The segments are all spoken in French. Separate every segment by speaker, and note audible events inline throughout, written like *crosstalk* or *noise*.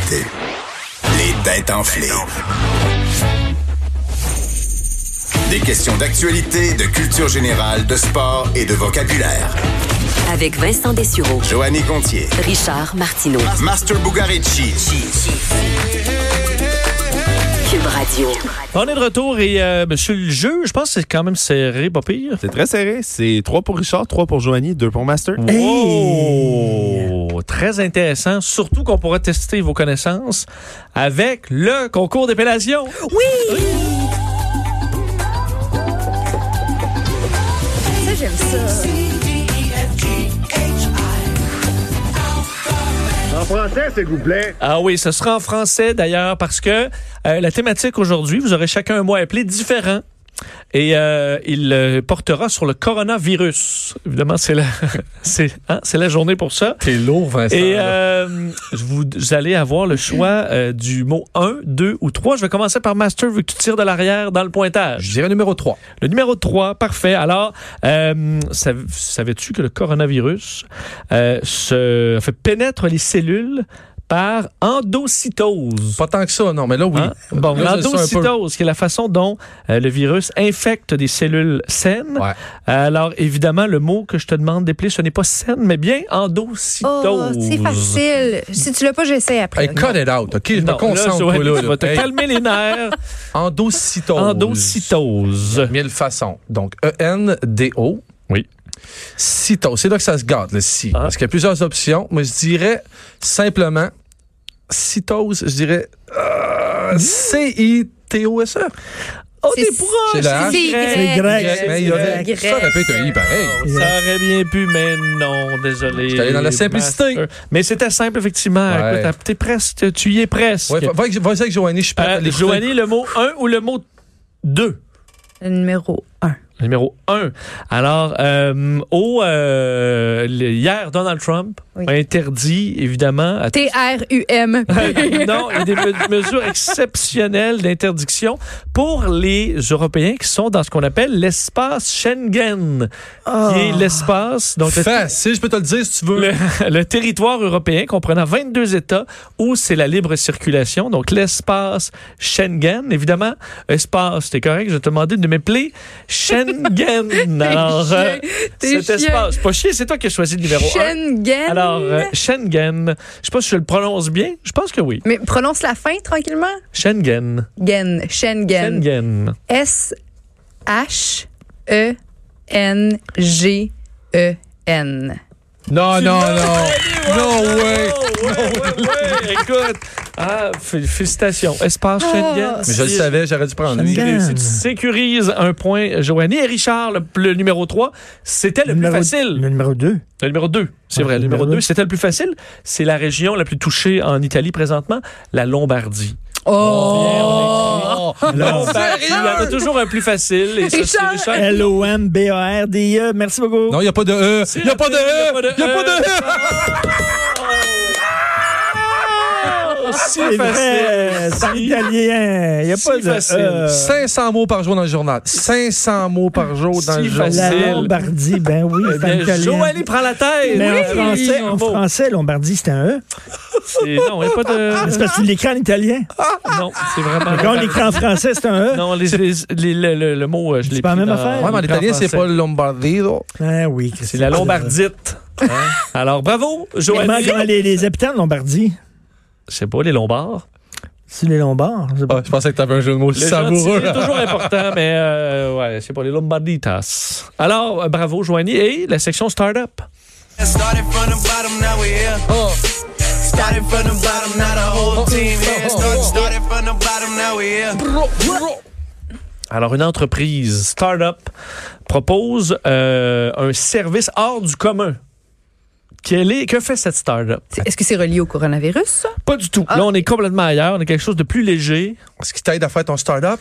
Speaker 1: réalité. Les têtes enflées. Des questions d'actualité, de culture générale, de sport et de vocabulaire.
Speaker 2: Avec Vincent Dessureau,
Speaker 1: Joanny Gontier.
Speaker 2: Richard Martineau,
Speaker 1: Master Bugarici.
Speaker 2: Cube Radio.
Speaker 3: On est de retour et euh, monsieur le jeu, je pense que c'est quand même serré, pas pire.
Speaker 4: C'est très serré. C'est 3 pour Richard, 3 pour Joanie, 2 pour Master.
Speaker 3: Wow! Très intéressant, surtout qu'on pourra tester vos connaissances avec le concours d'épellation.
Speaker 5: Ça, j'aime ça.
Speaker 6: En français, s'il vous plaît.
Speaker 3: Ah oui, ce sera en français d'ailleurs parce que euh, la thématique aujourd'hui, vous aurez chacun un mot à appeler différent. Et euh, il euh, portera sur le coronavirus. Évidemment, c'est la, c'est, hein, c'est la journée pour ça.
Speaker 7: T'es lourd, Vincent.
Speaker 3: Et
Speaker 7: là.
Speaker 3: euh, je vous, vous allez avoir le choix euh, du mot 1, 2 ou 3. Je vais commencer par Master, vu que tu tires de l'arrière dans le pointage.
Speaker 7: Je dirais numéro 3.
Speaker 3: Le numéro 3, parfait. Alors, euh, sav- savais-tu que le coronavirus euh, se fait pénètre les cellules par endocytose?
Speaker 7: Pas tant que ça, non, mais là, oui.
Speaker 3: Hein? Bon,
Speaker 7: Là, je sais un peu.
Speaker 3: l'endocytose, qui est la façon dont euh, le virus infecte des cellules saines.
Speaker 7: Ouais.
Speaker 3: Alors, évidemment, le mot que je te demande d'épeler, ce n'est pas saine, mais bien
Speaker 5: Oh,
Speaker 3: endocytose.
Speaker 5: c'est facile. Si tu l'as pas, j'essaie après.
Speaker 7: Hey, cut it out, OK? Je me
Speaker 3: Ben, Non, là,
Speaker 7: concentre,
Speaker 3: Joanne,
Speaker 7: toi, là,
Speaker 3: tu
Speaker 7: là.
Speaker 3: vas te
Speaker 7: Hey, Oh,
Speaker 3: calmer les
Speaker 7: *laughs*
Speaker 3: nerfs.
Speaker 7: Endocytose.
Speaker 3: Endocytose.
Speaker 7: Mille façons. Donc, E E-N-D-O.
Speaker 3: Oui.
Speaker 7: Cytose. C'est là que ça se garde, le si.
Speaker 3: Ah.
Speaker 7: Parce qu'il y a plusieurs options. Moi, je dirais simplement cytose, je dirais
Speaker 3: Mmh.
Speaker 7: euh, C-I-T-O-S-E.
Speaker 3: Oh,
Speaker 5: C'est-
Speaker 3: t'es proche!
Speaker 7: c'est la-
Speaker 5: C'est
Speaker 3: Y.
Speaker 5: grec.
Speaker 7: E. Mais il y aurait-
Speaker 5: Y.
Speaker 7: Ça répète un I pareil.
Speaker 3: Ça aurait bien pu, mais non, désolé.
Speaker 7: J'étais allé dans la simplicité.
Speaker 3: Master. Mais c'était simple, effectivement.
Speaker 7: Ouais.
Speaker 3: Écoute, t'es presque, tu y es presque.
Speaker 7: Ouais, va, va avec- va avec Joanie, je suis prêt à
Speaker 3: Euh,
Speaker 7: l'écouter.
Speaker 3: Joanie, le mot 1 ou le mot 2?
Speaker 5: Le Numéro 1.
Speaker 3: Numéro 1. Alors, euh, au, euh, le- hier, Donald Trump
Speaker 5: Oui.
Speaker 3: a interdit, évidemment, à
Speaker 5: T-R-U-M.
Speaker 3: *laughs* non, il y a des me- mesures exceptionnelles d'interdiction pour les Européens qui sont dans ce qu'on appelle l'espace Schengen, qui
Speaker 5: Ah.
Speaker 3: est l'espace, donc le,
Speaker 7: Facile, je peux te le dire si tu veux.
Speaker 3: le- *laughs* le territoire européen comprenant 22 États où c'est la libre circulation, donc l'espace Schengen. Évidemment, espace, t'es correct, je vais te demandais de m'appeler
Speaker 5: *laughs*
Speaker 3: Schengen. Alors, euh,
Speaker 5: t'es
Speaker 3: cet
Speaker 5: chien.
Speaker 3: espace, pas chier, c'est toi qui as choisi le numéro 1.
Speaker 5: Schengen.
Speaker 3: Alors, euh, Schengen, je sais pas si je le prononce bien, je pense que oui.
Speaker 5: Mais prononce la fin tranquillement.
Speaker 3: Schengen.
Speaker 5: Gen. Schengen.
Speaker 3: Schengen.
Speaker 5: E S-H-E-N-G-E-N.
Speaker 7: Non, non, non. No way.
Speaker 3: Oh, *laughs* Écoute, ah, fé- félicitations. Espace
Speaker 8: Ah,
Speaker 3: Schengen.
Speaker 7: Mais je le
Speaker 3: Si-
Speaker 7: savais, j'aurais dû prendre.
Speaker 3: si tu- si tu sécurises un point, Joanie. Et Richard, le, le numéro 3, c'était le
Speaker 8: numéro-
Speaker 3: plus facile.
Speaker 8: Le numéro 2.
Speaker 3: Le numéro 2, c'est
Speaker 8: Ah,
Speaker 3: vrai. Le
Speaker 8: le
Speaker 3: numéro
Speaker 8: numéro
Speaker 3: 2, c'était le plus facile. C'est la région la plus touchée en Italie présentement, la Lombardie.
Speaker 7: Oh!
Speaker 8: Alors,
Speaker 3: Lombardie, il y en a toujours un plus facile. Et ça, c'est
Speaker 5: Richard,
Speaker 3: Richard qui
Speaker 8: L-O-M-B-A-R-D-E. E. Merci beaucoup.
Speaker 7: Non, il n'y a pas de E. Il n'y a pas de E. Il n'y a pas de E.
Speaker 3: Si
Speaker 8: C'est
Speaker 3: facile.
Speaker 8: vrai, euh, c'est italien. Il n'y a
Speaker 3: Si
Speaker 8: pas de.
Speaker 3: facile.
Speaker 8: euh,
Speaker 7: 500 mots par jour dans le journal. 500 mots par jour dans
Speaker 3: Si
Speaker 7: le journal.
Speaker 8: la
Speaker 3: facile.
Speaker 8: Lombardie, ben oui,
Speaker 3: Eh
Speaker 8: c'est
Speaker 3: bien,
Speaker 8: en italien.
Speaker 3: Joanie prend la tête.
Speaker 8: Mais en
Speaker 3: Oui.
Speaker 8: français, en
Speaker 3: Bon.
Speaker 8: français, Lombardie, c'est un E.
Speaker 3: C'est- Non, il n'y a pas
Speaker 8: Mais
Speaker 3: de.
Speaker 8: C'est parce que tu l'écris en italien.
Speaker 3: Non, c'est vraiment.
Speaker 8: Quand on l'écrit en français, c'est un
Speaker 3: *laughs*
Speaker 8: E.
Speaker 3: Non, les, les- les- le, le- le mot, euh, je l'ai
Speaker 8: C'est pas la
Speaker 3: pris
Speaker 8: même
Speaker 3: dans-
Speaker 8: affaire.
Speaker 7: Ouais, mais en
Speaker 3: pris
Speaker 7: italien,
Speaker 3: français.
Speaker 7: c'est pas Lombardido.
Speaker 8: Ah oui. Christy.
Speaker 3: C'est la Lombardite. Hein? Alors, bravo,
Speaker 8: Comment,
Speaker 3: Joanie.
Speaker 8: comment les, les habitants de Lombardie,
Speaker 3: C'est pas les Lombards.
Speaker 8: c'est les Lombards. je sais pas.
Speaker 7: Ah, je pensais que t'avais un jeu de mots
Speaker 3: Le gentil,
Speaker 7: savoureux.
Speaker 3: C'est
Speaker 7: *laughs*
Speaker 3: toujours important, mais euh, ouais, c'est pas les Lombarditas. Alors, euh, bravo, Joanie. Et la section Startup.
Speaker 9: Started from the bottom, now we're here. Started from the bottom, now the whole team here. Start- Started from the bottom, now we're here.
Speaker 3: Alors, une entreprise Startup propose euh, un service hors du commun. Quel est, que fait cette Startup?
Speaker 5: C'est- Est-ce que c'est relié au coronavirus, ça?
Speaker 3: Pas du tout.
Speaker 5: Ah.
Speaker 3: Là, on est complètement ailleurs. On a quelque chose de plus léger.
Speaker 7: Est-ce qu'il t'aide à faire ton start-up?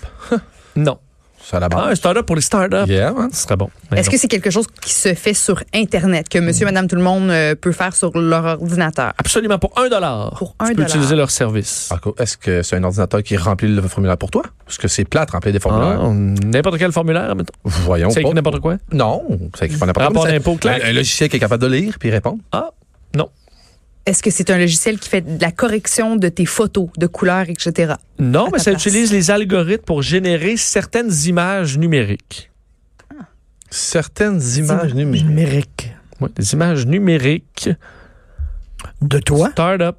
Speaker 3: Non.
Speaker 7: C'est à la
Speaker 3: Ah, un
Speaker 7: base.
Speaker 3: Startup pour les Startups.
Speaker 7: Yeah, man.
Speaker 3: Ce serait bon. Mais
Speaker 5: Est-ce
Speaker 3: non.
Speaker 5: que c'est quelque chose qui se fait sur Internet, que monsieur, madame, tout le monde euh, peut faire sur leur ordinateur?
Speaker 3: Absolument, pour un dollar.
Speaker 5: Pour
Speaker 3: tu
Speaker 5: un
Speaker 3: peux
Speaker 5: dollar.
Speaker 3: utiliser leur service.
Speaker 7: Marco, Est-ce que c'est un ordinateur qui remplit le formulaire pour toi? Parce que c'est plate, remplir des formulaires.
Speaker 3: Ah, n'importe quel formulaire, mettons.
Speaker 7: Voyons
Speaker 3: C'est écrit
Speaker 7: pas.
Speaker 3: n'importe quoi.
Speaker 7: Non, c'est écrit pas n'importe
Speaker 3: Rapport
Speaker 7: mais c'est-
Speaker 3: d'impôt, clac.
Speaker 7: Un un logiciel qui est capable de lire puis répondre.
Speaker 3: Ah, non.
Speaker 5: Est-ce que c'est un logiciel qui fait de la correction de tes photos, de couleurs, etc.?
Speaker 3: Non,
Speaker 5: À
Speaker 3: mais
Speaker 5: ta
Speaker 3: ça
Speaker 5: place.
Speaker 3: utilise les algorithmes pour générer certaines images numériques.
Speaker 7: Certaines images numériques.
Speaker 8: numérique.
Speaker 3: Oui, des images numériques.
Speaker 8: De toi?
Speaker 3: Startup.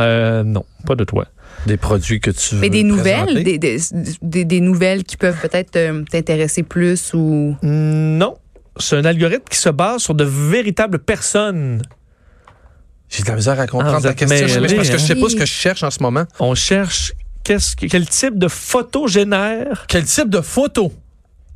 Speaker 3: Euh, non, pas de toi.
Speaker 7: Des produits que tu veux
Speaker 5: Mais des
Speaker 7: présenter.
Speaker 5: nouvelles, des, des, des- des nouvelles qui peuvent peut-être euh, t'intéresser plus ou...
Speaker 3: Non. C'est un algorithme qui se base sur de véritables personnes.
Speaker 7: J'ai de la misère à comprendre
Speaker 3: Ah, vous
Speaker 7: ta
Speaker 3: êtes
Speaker 7: question.
Speaker 3: mêlés,
Speaker 7: mais c'est parce que je sais
Speaker 5: hein.
Speaker 7: pas ce que je cherche en ce moment.
Speaker 3: On cherche qu'est-ce que- quel type de photo génère.
Speaker 7: Quel type de photo?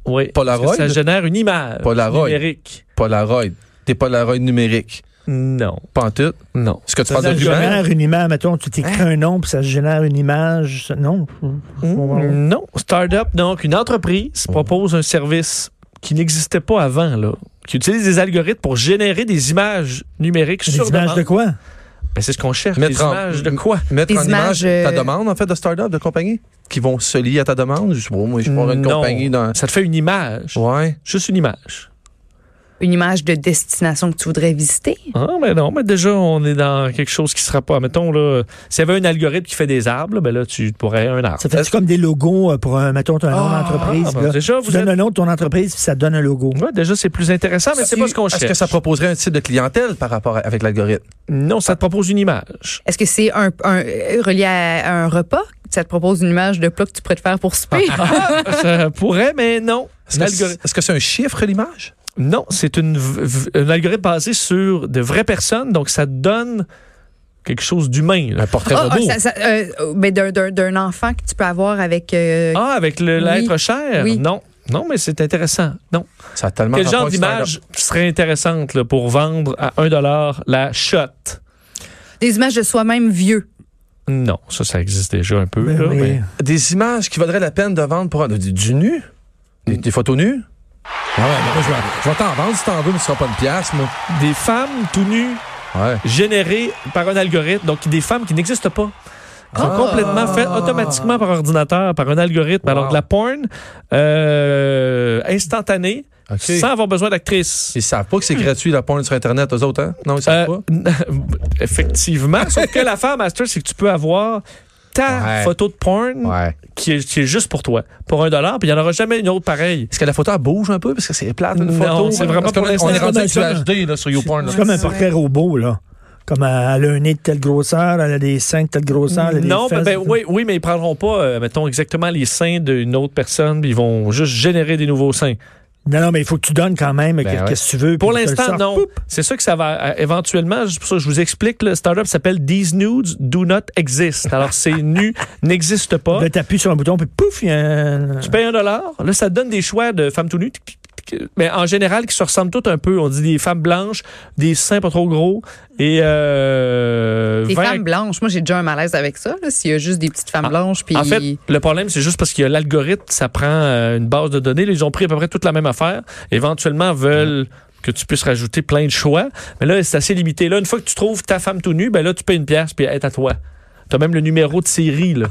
Speaker 3: Oui.
Speaker 7: Polaroid?
Speaker 3: parce que Ça génère une image
Speaker 7: Polaroid.
Speaker 3: numérique.
Speaker 7: Polaroid. Des Polaroid numériques.
Speaker 3: Non.
Speaker 7: Pantoute.
Speaker 3: Non.
Speaker 7: Est-ce que tu
Speaker 8: Ça
Speaker 7: parles de l'humain?
Speaker 8: génère une image, mettons, tu t'écris
Speaker 3: Hein?
Speaker 8: un nom, puis ça génère une image. ça- Non.
Speaker 3: Mmh. Non. Startup, donc, une
Speaker 7: Mmh.
Speaker 3: entreprise propose un service qui n'existait pas avant, là, qui utilise des algorithmes pour générer des images numériques
Speaker 8: Des
Speaker 3: sur
Speaker 8: images
Speaker 3: demande.
Speaker 8: de quoi?
Speaker 3: Ben, c'est ce qu'on cherche.
Speaker 7: Mettre
Speaker 3: des
Speaker 7: en-
Speaker 3: images de quoi?
Speaker 7: Mettre
Speaker 5: Des
Speaker 7: en
Speaker 5: images,
Speaker 7: image
Speaker 5: euh,
Speaker 7: ta demande, en fait, de start-up, de compagnie? Qui vont se lier à ta demande? Je sais pas, moi, je prends une
Speaker 3: Non.
Speaker 7: compagnie dans.
Speaker 3: Ça te fait une image.
Speaker 7: Ouais.
Speaker 3: Juste une image.
Speaker 5: une image de destination que tu voudrais visiter.
Speaker 3: Ah, mais non, mais déjà, on est dans quelque chose qui sera pas. Mettons, là, s'il y avait un algorithme qui fait des arbres, ben là, tu pourrais un arbre.
Speaker 8: Ça fait comme des logos euh, pour, un, mettons, ton nom
Speaker 3: Ah,
Speaker 8: d'entreprise.
Speaker 3: ben
Speaker 8: là.
Speaker 3: déjà,
Speaker 8: tu
Speaker 3: vous
Speaker 8: donnes
Speaker 3: êtes-
Speaker 8: le nom de ton entreprise, puis ça donne un logo.
Speaker 3: Ouais, déjà, c'est plus intéressant, mais c'est
Speaker 7: Si-
Speaker 3: pas ce qu'on cherche.
Speaker 7: Est-ce que ça proposerait un type de clientèle par rapport à- avec l'algorithme?
Speaker 3: Non, ça te propose une
Speaker 7: *laughs*
Speaker 3: image.
Speaker 5: Est-ce que c'est un, un- euh, relié à un repas? Ça te propose une image de plat que tu pourrais te faire pour
Speaker 3: *laughs*
Speaker 5: souper?
Speaker 3: Ah,
Speaker 5: Ah,
Speaker 3: ça pourrait, mais non.
Speaker 7: Est-ce que c'est-
Speaker 3: L'algorithme-
Speaker 7: est-ce que c'est un chiffre, l'image?
Speaker 3: Non, c'est une v- v- un algorithme basé sur de vraies personnes, donc ça donne quelque chose d'humain. là.
Speaker 7: Un portrait
Speaker 5: Ah, ah,
Speaker 7: robot?
Speaker 5: ça- ça- euh, euh, mais d'un- d'un d'un enfant que tu peux avoir avec... euh,
Speaker 3: Ah, avec le-
Speaker 5: Oui.
Speaker 3: l'être cher?
Speaker 5: Oui.
Speaker 3: Non. Non, mais c'est intéressant. Non.
Speaker 7: Ça a tellement
Speaker 3: Quel
Speaker 7: rapport
Speaker 3: genre
Speaker 7: avec start-up.
Speaker 3: d'image serait intéressante là, pour vendre à 1 la shot?
Speaker 5: Des images de soi-même vieux.
Speaker 3: Non, ça, ça existe déjà un peu.
Speaker 8: Ben
Speaker 3: là,
Speaker 8: oui.
Speaker 3: mais-
Speaker 7: Des images qui vaudraient la peine de vendre pour un- du, du nu? Des, des photos nues? Mm. Ah ouais, mais moi, je vais, je vais t'en vendre si t'en veux, mais ce sera pas une pièce, moi.
Speaker 3: Des femmes tout nues
Speaker 7: Ouais.
Speaker 3: générées par un algorithme, donc des femmes qui n'existent pas. Qui sont
Speaker 7: Ah.
Speaker 3: complètement faites automatiquement par ordinateur, par un algorithme. Alors
Speaker 7: Wow.
Speaker 3: de la porn euh, instantanée,
Speaker 7: OK.
Speaker 3: sans avoir besoin d'actrice.
Speaker 7: Ils savent pas que c'est gratuit la porn sur Internet, eux autres, hein? Non, ils savent
Speaker 3: Euh, *laughs* effectivement. Sauf que l'affaire, Master, c'est que tu peux avoir ta
Speaker 7: Ouais.
Speaker 3: photo de porn
Speaker 7: pas? Ouais.
Speaker 3: qui, est, qui est juste pour toi, pour un dollar, puis il n'y en aura jamais une autre pareille.
Speaker 7: Est-ce que la photo elle bouge un peu parce que c'est plate une
Speaker 3: Non,
Speaker 7: photo?
Speaker 3: c'est vraiment
Speaker 7: Parce
Speaker 3: pour
Speaker 7: qu'on est-
Speaker 3: l'instant,
Speaker 7: on est rendu avec
Speaker 8: c'est comme
Speaker 7: du HD là, sur YouPorn. là.
Speaker 8: C'est comme un portrait robot, là. Comme euh, elle a un nez de telle grosseur, elle a des seins de telle grosseur, elle a des
Speaker 3: Non, ben,
Speaker 8: fesses
Speaker 3: ben,
Speaker 8: de-
Speaker 3: oui, oui, mais ils prendront pas, euh, mettons, exactement les seins d'une autre personne, puis ils vont juste générer des nouveaux seins.
Speaker 8: Non, non, mais il faut que tu donnes quand même quest
Speaker 7: ouais.
Speaker 8: ce que tu veux.
Speaker 3: Pour
Speaker 8: puis tu te le
Speaker 3: l'instant,
Speaker 8: sors.
Speaker 3: non.
Speaker 8: Poup!
Speaker 3: C'est sûr que ça va euh, éventuellement, c'est pour ça que je vous explique, le startup s'appelle These Nudes Do Not Exist. Alors, ces nus n'existent pas.
Speaker 8: Là, t'appuies sur un bouton, puis pouf, il y a un...
Speaker 3: Tu payes un dollar, là, ça te donne des choix de femmes tout nues. tic, tic, tic, tic, Mais en général, qui se ressemblent toutes un peu. On dit des femmes blanches, des seins pas trop gros et euh,
Speaker 5: Des
Speaker 3: 20
Speaker 5: femmes blanches. Moi, j'ai déjà un malaise avec ça. là, S'il y a juste des petites femmes
Speaker 3: Ah,
Speaker 5: blanches, puis...
Speaker 3: En fait, le problème, c'est juste parce qu'il y a l'algorithme, ça prend euh, une base de données. Ils ont pris à peu près toute la même affaire. Éventuellement, veulent que tu puisses rajouter plein de choix. Mais là, c'est assez limité. Là, une fois que tu trouves ta femme tout nue, ben là, tu payes une pièce, puis elle est à toi. T'as même le numéro de série, là.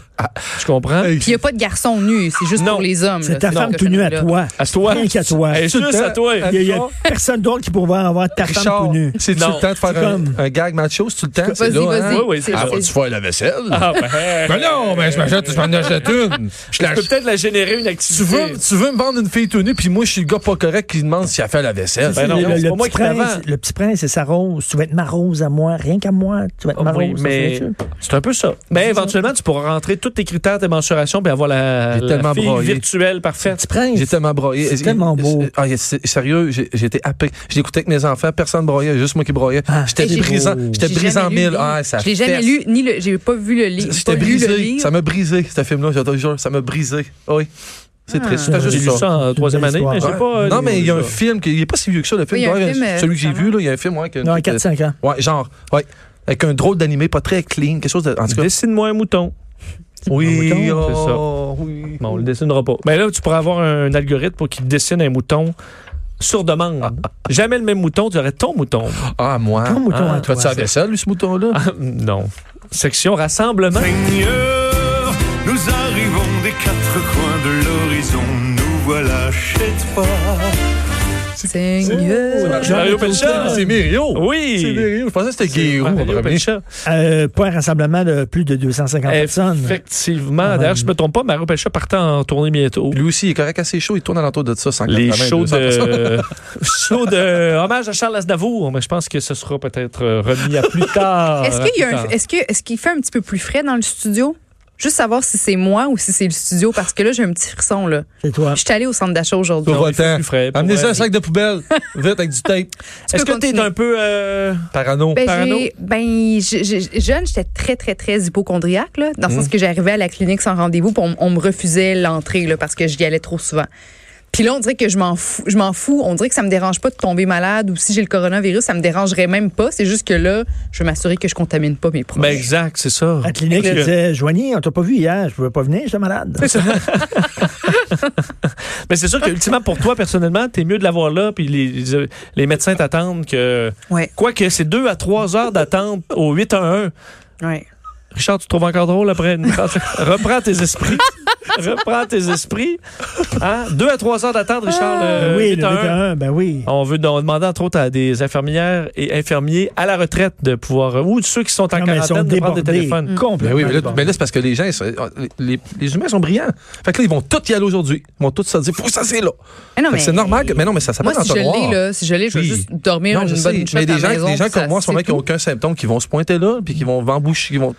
Speaker 3: Tu comprends?
Speaker 5: Puis il n'y a pas de garçon nu, c'est juste
Speaker 3: Non.
Speaker 5: pour les hommes. là,
Speaker 8: C'est ta
Speaker 5: ce
Speaker 8: femme tout nue à
Speaker 5: cochonnerie-là.
Speaker 8: toi.
Speaker 3: À toi.
Speaker 8: Rien qu'à toi.
Speaker 3: Elle est
Speaker 8: Tout le
Speaker 3: juste à
Speaker 8: temps.
Speaker 3: toi.
Speaker 8: Il y a, il y a personne d'autre qui pourrait avoir ta
Speaker 7: Richard,
Speaker 8: femme tout nue.
Speaker 7: c'est-tu
Speaker 3: Non.
Speaker 7: le temps de faire
Speaker 8: C'est
Speaker 7: un,
Speaker 8: comme-
Speaker 7: un gag macho? C'est-tu le temps? hein?
Speaker 5: Vas-y, vas-y.
Speaker 3: Oui, oui, Ah, c'est
Speaker 5: C'est-
Speaker 3: ça.
Speaker 5: c'est-
Speaker 7: Ah, faire la vaisselle?
Speaker 3: Ah, ben,
Speaker 7: Ben non, mais je m'achète, *laughs* je m'en achète une. Je la-
Speaker 3: tu peux peut-être la générer une activité.
Speaker 7: Tu veux, tu veux me vendre une fille tout nue, puis moi, je suis le gars pas correct qui demande si elle fait la vaisselle.
Speaker 3: Ben non,
Speaker 8: le, le
Speaker 3: c'est pas moi
Speaker 8: petit
Speaker 3: qui l'avais.
Speaker 8: prince, le petit prince, c'est sa rose. Tu vas être ma rose à moi, rien qu'à moi. Tu vas être
Speaker 3: Ah
Speaker 8: ma
Speaker 3: oui,
Speaker 8: rose. ça,
Speaker 3: mais
Speaker 8: c'est sûr.
Speaker 3: c'est un peu ça. Mais éventuellement, tu pourras rentrer tous tes critères, tes mensurations, puis avoir la,
Speaker 7: J'ai
Speaker 3: la
Speaker 7: tellement
Speaker 3: fille
Speaker 7: broyé.
Speaker 3: virtuelle
Speaker 8: Petit
Speaker 3: parfaite.
Speaker 8: prince.
Speaker 7: J'ai tellement broyé.
Speaker 8: C'est
Speaker 7: Et-
Speaker 8: tellement
Speaker 7: et-
Speaker 8: beau.
Speaker 7: Ah, et c'est- sérieux, j'ai- j'étais happé. Je l'écoutais avec mes enfants, personne broyait, juste moi qui broyais. J'étais
Speaker 5: Et j'ai-
Speaker 7: brisant, j'étais
Speaker 5: J'ai jamais
Speaker 7: brisant en
Speaker 5: lu le
Speaker 7: mille.
Speaker 5: livre.
Speaker 7: Ah, ça
Speaker 5: je l'ai jamais
Speaker 7: fesse.
Speaker 5: lu, ni le, j'ai pas vu le livre.
Speaker 7: J'étais
Speaker 5: pas lu le
Speaker 7: brisé.
Speaker 5: livre.
Speaker 7: Ça m'a brisé, ce film-là, je te jure. Ça m'a brisé. Oui. C'est
Speaker 5: Ah.
Speaker 7: triste. C'était
Speaker 3: Ah. J'ai
Speaker 7: juste
Speaker 3: lu
Speaker 7: ça.
Speaker 3: ça en troisième année, mais j'ai
Speaker 7: Ouais.
Speaker 3: pas. euh,
Speaker 7: non, mais il y a un
Speaker 3: ça.
Speaker 7: film qui n'est pas si vieux que ça, le film.
Speaker 5: Oui, il y a un
Speaker 7: Ouais,
Speaker 5: film, euh,
Speaker 7: celui que j'ai vu,
Speaker 5: récemment.
Speaker 7: là, il y a un film, ouais. que-
Speaker 8: Non, à
Speaker 7: que-
Speaker 8: 4-5 ans.
Speaker 7: Ouais, genre, ouais. Avec un drôle d'animé, pas très clean, quelque chose de. En tout cas.
Speaker 3: Dessine-moi un mouton.
Speaker 7: Oui,
Speaker 3: mouton, c'est ça.
Speaker 7: oh, oui.
Speaker 3: Bon, on le dessinera pas. Mais là, tu pourras avoir un algorithme pour qu'il te dessine un mouton sur demande. Jamais le même mouton, tu aurais ton mouton.
Speaker 7: Ah, moi.
Speaker 8: Ton mouton à
Speaker 7: Tu vas
Speaker 8: toi,
Speaker 7: te faire vaisselle, lui, ce mouton-là?
Speaker 3: Ah, *laughs* non. Section rassemblement.
Speaker 9: Seigneur, nous arrivons des quatre coins de l'horizon, nous voilà chez toi.
Speaker 5: Seigneur.
Speaker 3: Mario Pelcha.
Speaker 7: C'est Mirio.
Speaker 3: Oui.
Speaker 7: C'est Mirio. Je pensais que c'était Guérou. en
Speaker 3: Mario
Speaker 7: premier.
Speaker 3: Pelcha.
Speaker 8: Euh, pas un rassemblement de plus de 250
Speaker 7: Eh,
Speaker 8: personnes.
Speaker 3: Effectivement. D'ailleurs, je me trompe pas, Mario Pelcha partant en tournée bientôt.
Speaker 7: Lui aussi, il est correct assez chaud. Il tourne alentour de ça. 180,
Speaker 3: Les shows *laughs*
Speaker 7: 200 personnes.
Speaker 3: de, shows de euh, hommage à Charles Aznavour, mais je pense que ce sera peut-être euh, remis à *laughs* plus tard.
Speaker 5: Est-ce
Speaker 3: à
Speaker 5: qu'il y a
Speaker 3: plus
Speaker 5: un-
Speaker 3: tard.
Speaker 5: est-ce que est-ce qu'il fait un petit peu plus frais dans le studio? Juste savoir si c'est moi ou si c'est le studio, parce que là, j'ai un petit frisson, là.
Speaker 8: C'est toi.
Speaker 5: Je suis allée au centre d'achat aujourd'hui.
Speaker 3: Non,
Speaker 7: Pour
Speaker 3: il faut
Speaker 7: autant.
Speaker 3: plus frais, pour
Speaker 7: Amenez
Speaker 3: vrai.
Speaker 7: ça un sac de poubelle. Vite, avec du tape.
Speaker 5: Tu
Speaker 3: Est-ce
Speaker 5: peux
Speaker 3: que t'es
Speaker 5: continuer.
Speaker 3: un peu euh,
Speaker 7: Parano.
Speaker 5: Ben,
Speaker 3: Parano?
Speaker 5: j'ai- ben, j'ai- j'ai- jeune, j'étais très, très, très hypochondriaque, là, dans le
Speaker 7: Mhm.
Speaker 5: sens que j'arrivais à la clinique sans rendez-vous, puis on, on me refusait l'entrée là, parce que j'y allais trop souvent. Puis là, on dirait que je m'en fous. Je m'en fous. On dirait que ça me dérange pas de tomber malade ou si j'ai le coronavirus, ça me dérangerait même pas. C'est juste que là, je veux m'assurer que je contamine pas mes proches.
Speaker 3: Ben exact, c'est ça.
Speaker 8: La clinique,
Speaker 3: Parce
Speaker 8: je
Speaker 3: que-
Speaker 8: disais, Joanie, on t'a pas vu hier, je pouvais pas venir, j'étais malade.
Speaker 3: Mais c'est sûr que ultimement pour toi personnellement, t'es mieux de l'avoir là, puis les, les médecins t'attendent que.
Speaker 5: Ouais.
Speaker 3: Quoique c'est deux à trois heures d'attente au 811.
Speaker 5: Ouais.
Speaker 3: Richard, tu te trouves encore drôle après une phrase? Reprends tes esprits. Reprends tes esprits. Hein? Deux à trois heures d'attente, Richard. le
Speaker 8: Ah. oui, le
Speaker 3: 811.
Speaker 8: 8 ben oui.
Speaker 3: On veut on demander entre autres à des infirmières et infirmiers à la retraite de pouvoir ou de ceux qui sont en
Speaker 8: Non, mais ils
Speaker 3: quarantaine
Speaker 8: sont
Speaker 3: de prendre des
Speaker 8: débordés.
Speaker 5: Mm.
Speaker 3: téléphones.
Speaker 7: *laughs* Ben
Speaker 8: Complètement.
Speaker 7: oui, mais là,
Speaker 8: débordés.
Speaker 7: ben là, c'est parce que les gens, ils sont- les, les humains sont brillants. Fait que là, ils vont tous y aller aujourd'hui. Ils vont tous se dire, faut ça, c'est là.
Speaker 5: Mais non,
Speaker 7: Fait que C'est normal que, mais non, mais ça
Speaker 5: Moi,
Speaker 7: s'appelle
Speaker 5: si je l'ai, là, si je l'ai, je vais
Speaker 7: Oui.
Speaker 5: juste dormir
Speaker 7: Non, je
Speaker 5: une
Speaker 7: sais,
Speaker 5: bonne
Speaker 7: mais
Speaker 5: shot
Speaker 7: des
Speaker 5: à la
Speaker 7: gens,
Speaker 5: maison,
Speaker 7: des gens
Speaker 5: puis
Speaker 7: comme
Speaker 5: ça,
Speaker 7: moi, en ce moment,
Speaker 5: c'est
Speaker 7: qui n'ont
Speaker 5: tout.
Speaker 7: aucun symptôme, qui vont se pointer là, puis qui vont v'emboucher, qui vont.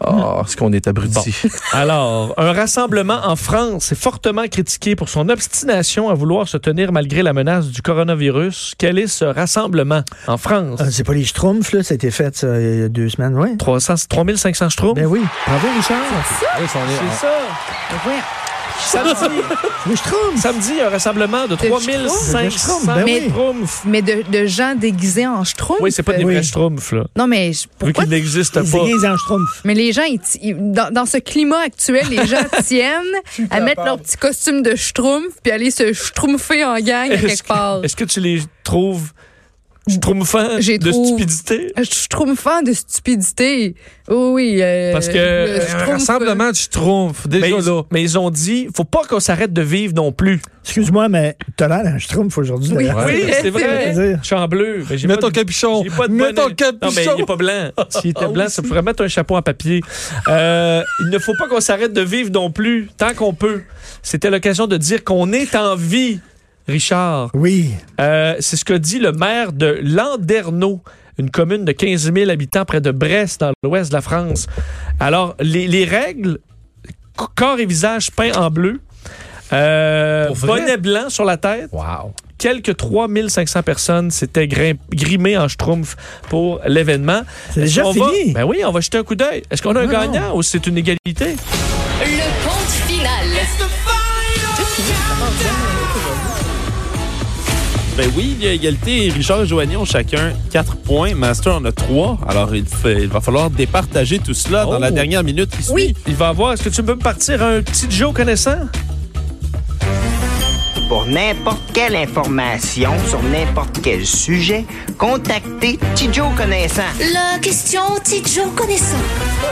Speaker 7: Ah,
Speaker 5: *laughs*
Speaker 7: ce qu'on est abruti. *laughs*
Speaker 3: Alors, un rassemblement en France est fortement critiqué pour son obstination à vouloir se tenir malgré la menace du coronavirus. Quel est ce rassemblement en France?
Speaker 8: Ah, c'est pas les Schtroumpfs, là, ça a été fait ça, il y a deux semaines, oui.
Speaker 3: 300, 3500 je trouve.
Speaker 8: Ben oui. Bravo, Richard.
Speaker 7: Ah oui, si on est-
Speaker 3: C'est ça. Samedi,
Speaker 8: Les Schtroumpfs.
Speaker 3: samedi, un rassemblement de
Speaker 8: Schtroumpfs, des
Speaker 3: 3500
Speaker 8: Schtroumpfs, ben oui.
Speaker 3: Schtroumpfs.
Speaker 5: Mais de, de gens déguisés en schtroumpf.
Speaker 3: Oui, c'est pas des
Speaker 8: Oui.
Speaker 3: vrais Schtroumpfs, là.
Speaker 5: Non, mais je-
Speaker 3: Vu
Speaker 5: pourquoi
Speaker 3: qu'ils n'existent
Speaker 8: Ils
Speaker 3: pas.
Speaker 8: déguisent en Schtroumpfs.
Speaker 5: Mais les gens, ils ti- ils- dans, dans ce climat actuel, les
Speaker 3: *laughs*
Speaker 5: gens tiennent à mettre leur petit costume de schtroumpf puis aller se schtroumpfer en gang à
Speaker 3: Est-ce
Speaker 5: quelque part.
Speaker 3: que, est-ce que tu les trouves Schtroumpfants
Speaker 5: J'ai
Speaker 3: de
Speaker 5: trouve-
Speaker 3: stupidité?
Speaker 5: Schtroumpfant de stupidité. Oh oui. euh,
Speaker 3: Parce que,
Speaker 5: le
Speaker 7: Un
Speaker 5: schtroumpf,
Speaker 7: rassemblement du schtroumpf, déjà
Speaker 3: Mais
Speaker 7: là.
Speaker 3: ils, mais ils ont dit, faut pas qu'on s'arrête de vivre non plus.
Speaker 8: Excuse-moi, mais t'as l'air d'un Schtroumpf aujourd'hui,
Speaker 5: Oui.
Speaker 8: d'ailleurs.
Speaker 3: Oui, c'est
Speaker 5: c'est
Speaker 3: vrai.
Speaker 8: vrai.
Speaker 3: Je suis en bleu. Mais j'ai
Speaker 7: Mets
Speaker 3: pas
Speaker 7: ton
Speaker 3: de-
Speaker 7: capuchon.
Speaker 3: J'ai pas de bonnet.
Speaker 7: Mets ton
Speaker 3: Non, mais
Speaker 7: capuchon. Ah
Speaker 3: il est pas blanc. S'il était blanc, ça pourrait mettre un chapeau en papier. Euh, il ne faut pas qu'on s'arrête de vivre non plus, tant qu'on peut. C'était l'occasion de dire qu'on est en vie, Richard.
Speaker 8: Oui.
Speaker 3: Euh, c'est ce que dit le maire de Landerneau, une commune de 15 000 habitants près de Brest, dans l'ouest de la France. Alors, les, les règles, c- corps et visage peints en bleu, euh,
Speaker 7: Pour vrai?
Speaker 3: bonnet blanc sur la tête,
Speaker 7: Wow.
Speaker 3: quelques 3500 personnes s'étaient grim- grimées en schtroumpf pour l'événement. Est-ce
Speaker 8: C'est déjà
Speaker 3: qu'on
Speaker 8: fini?
Speaker 3: Va... Ben oui, on va jeter un coup d'œil. Est-ce qu'on a un gagnant ou c'est une égalité?
Speaker 10: Le compte final.
Speaker 4: Ben oui, il y a égalité. Richard et Joanie ont chacun 4 points. Master en a 3. Alors, il, fait- il va falloir départager tout cela
Speaker 3: Oh.
Speaker 4: dans la dernière minute qui suit.
Speaker 5: Oui.
Speaker 3: Il va avoir. Est-ce que tu peux me partir un petit Joe connaissant?
Speaker 10: Pour n'importe quelle information sur n'importe quel sujet, contactez Tidjo Connaissant. La question Tidjo Connaissant.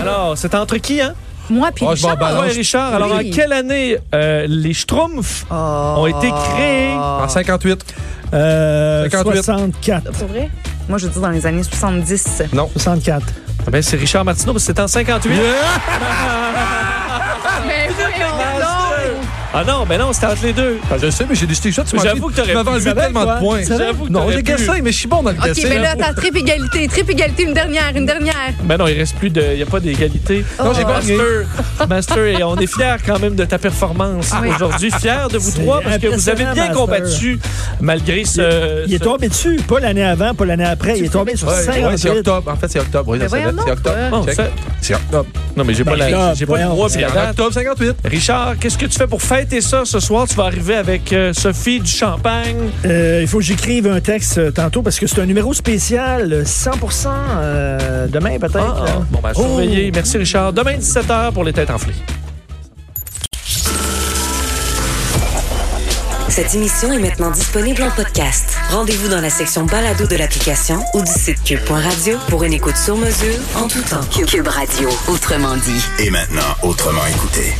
Speaker 3: Alors, c'est entre qui, hein?
Speaker 5: Moi puis
Speaker 7: Oh, je vais en
Speaker 5: Richard.
Speaker 7: balance.
Speaker 3: Ouais, Richard. Alors,
Speaker 5: Oui.
Speaker 3: en quelle année euh, les schtroumpfs
Speaker 8: Ah.
Speaker 3: ont été créés? Ah,
Speaker 7: En 58.
Speaker 8: Euh,
Speaker 7: 58.
Speaker 8: 64.
Speaker 5: Pour vrai? Moi, je dis dans les années 70.
Speaker 8: 64.
Speaker 3: Ben, c'est Richard Martineau, parce que c'était en 58.
Speaker 5: Mais
Speaker 3: Ah non, ben non, c'était entre les deux.
Speaker 7: Je sais, mais j'ai décidé que ça, tu m'as
Speaker 3: J'avoue
Speaker 7: dit-
Speaker 3: que t'aurais
Speaker 7: tu m'avais
Speaker 3: pu.
Speaker 7: enlevé
Speaker 3: J'avoue,
Speaker 7: tellement
Speaker 3: toi.
Speaker 7: de points.
Speaker 3: J'avoue que
Speaker 7: Non,
Speaker 3: t'aurais
Speaker 7: j'ai
Speaker 3: pu.
Speaker 7: guessé, mais je suis bon dans le
Speaker 5: OK,
Speaker 7: guessé.
Speaker 5: mais là, t'as trip égalité, trip égalité, une dernière, une dernière.
Speaker 3: Ben non, il reste plus de. Il n'y a pas d'égalité.
Speaker 8: Oh.
Speaker 7: Non, j'ai pas gagné.
Speaker 3: Master, Master, et on est fiers quand même de ta performance
Speaker 5: oui.
Speaker 3: aujourd'hui. Fiers de vous
Speaker 8: Ah C'est
Speaker 3: trois parce que vous avez bien
Speaker 8: impressionnant,
Speaker 3: combattu malgré ce.
Speaker 8: Il est
Speaker 3: ce-
Speaker 8: tombé dessus, pas l'année avant, pas l'année après. Il est tombé sur
Speaker 7: Ouais, ouais, c'est
Speaker 8: 58.
Speaker 7: octobre. En fait, c'est octobre. Oui,
Speaker 5: Mais
Speaker 7: je savais.
Speaker 5: voyons
Speaker 7: C'est
Speaker 5: donc,
Speaker 7: octobre.
Speaker 3: Bon,
Speaker 4: Oh,
Speaker 7: Check.
Speaker 3: ça- Ben,
Speaker 7: C'est octobre.
Speaker 3: Non, mais j'ai pas, la...
Speaker 8: là,
Speaker 3: j'ai pas le
Speaker 8: voyons.
Speaker 3: mois puis
Speaker 7: C'est
Speaker 3: la
Speaker 7: en
Speaker 3: date.
Speaker 7: octobre 58.
Speaker 3: Richard, qu'est-ce que tu fais pour fêter ça ce soir? Tu vas arriver avec euh, Sophie du Champagne.
Speaker 8: Euh, il faut que j'écrive un texte euh, tantôt parce que c'est un numéro spécial, euh, 100 euh, demain peut-être.
Speaker 3: Ah,
Speaker 8: là.
Speaker 3: bon, ben,
Speaker 8: Oh.
Speaker 3: surveillez. Merci, Richard. Demain, 17h pour les têtes enflées.
Speaker 2: Cette émission est maintenant disponible en podcast. Rendez-vous dans la section balado de l'application ou du site cube.radio pour une écoute sur mesure en tout temps. Cube Radio, autrement dit.
Speaker 1: Et maintenant, autrement écouté.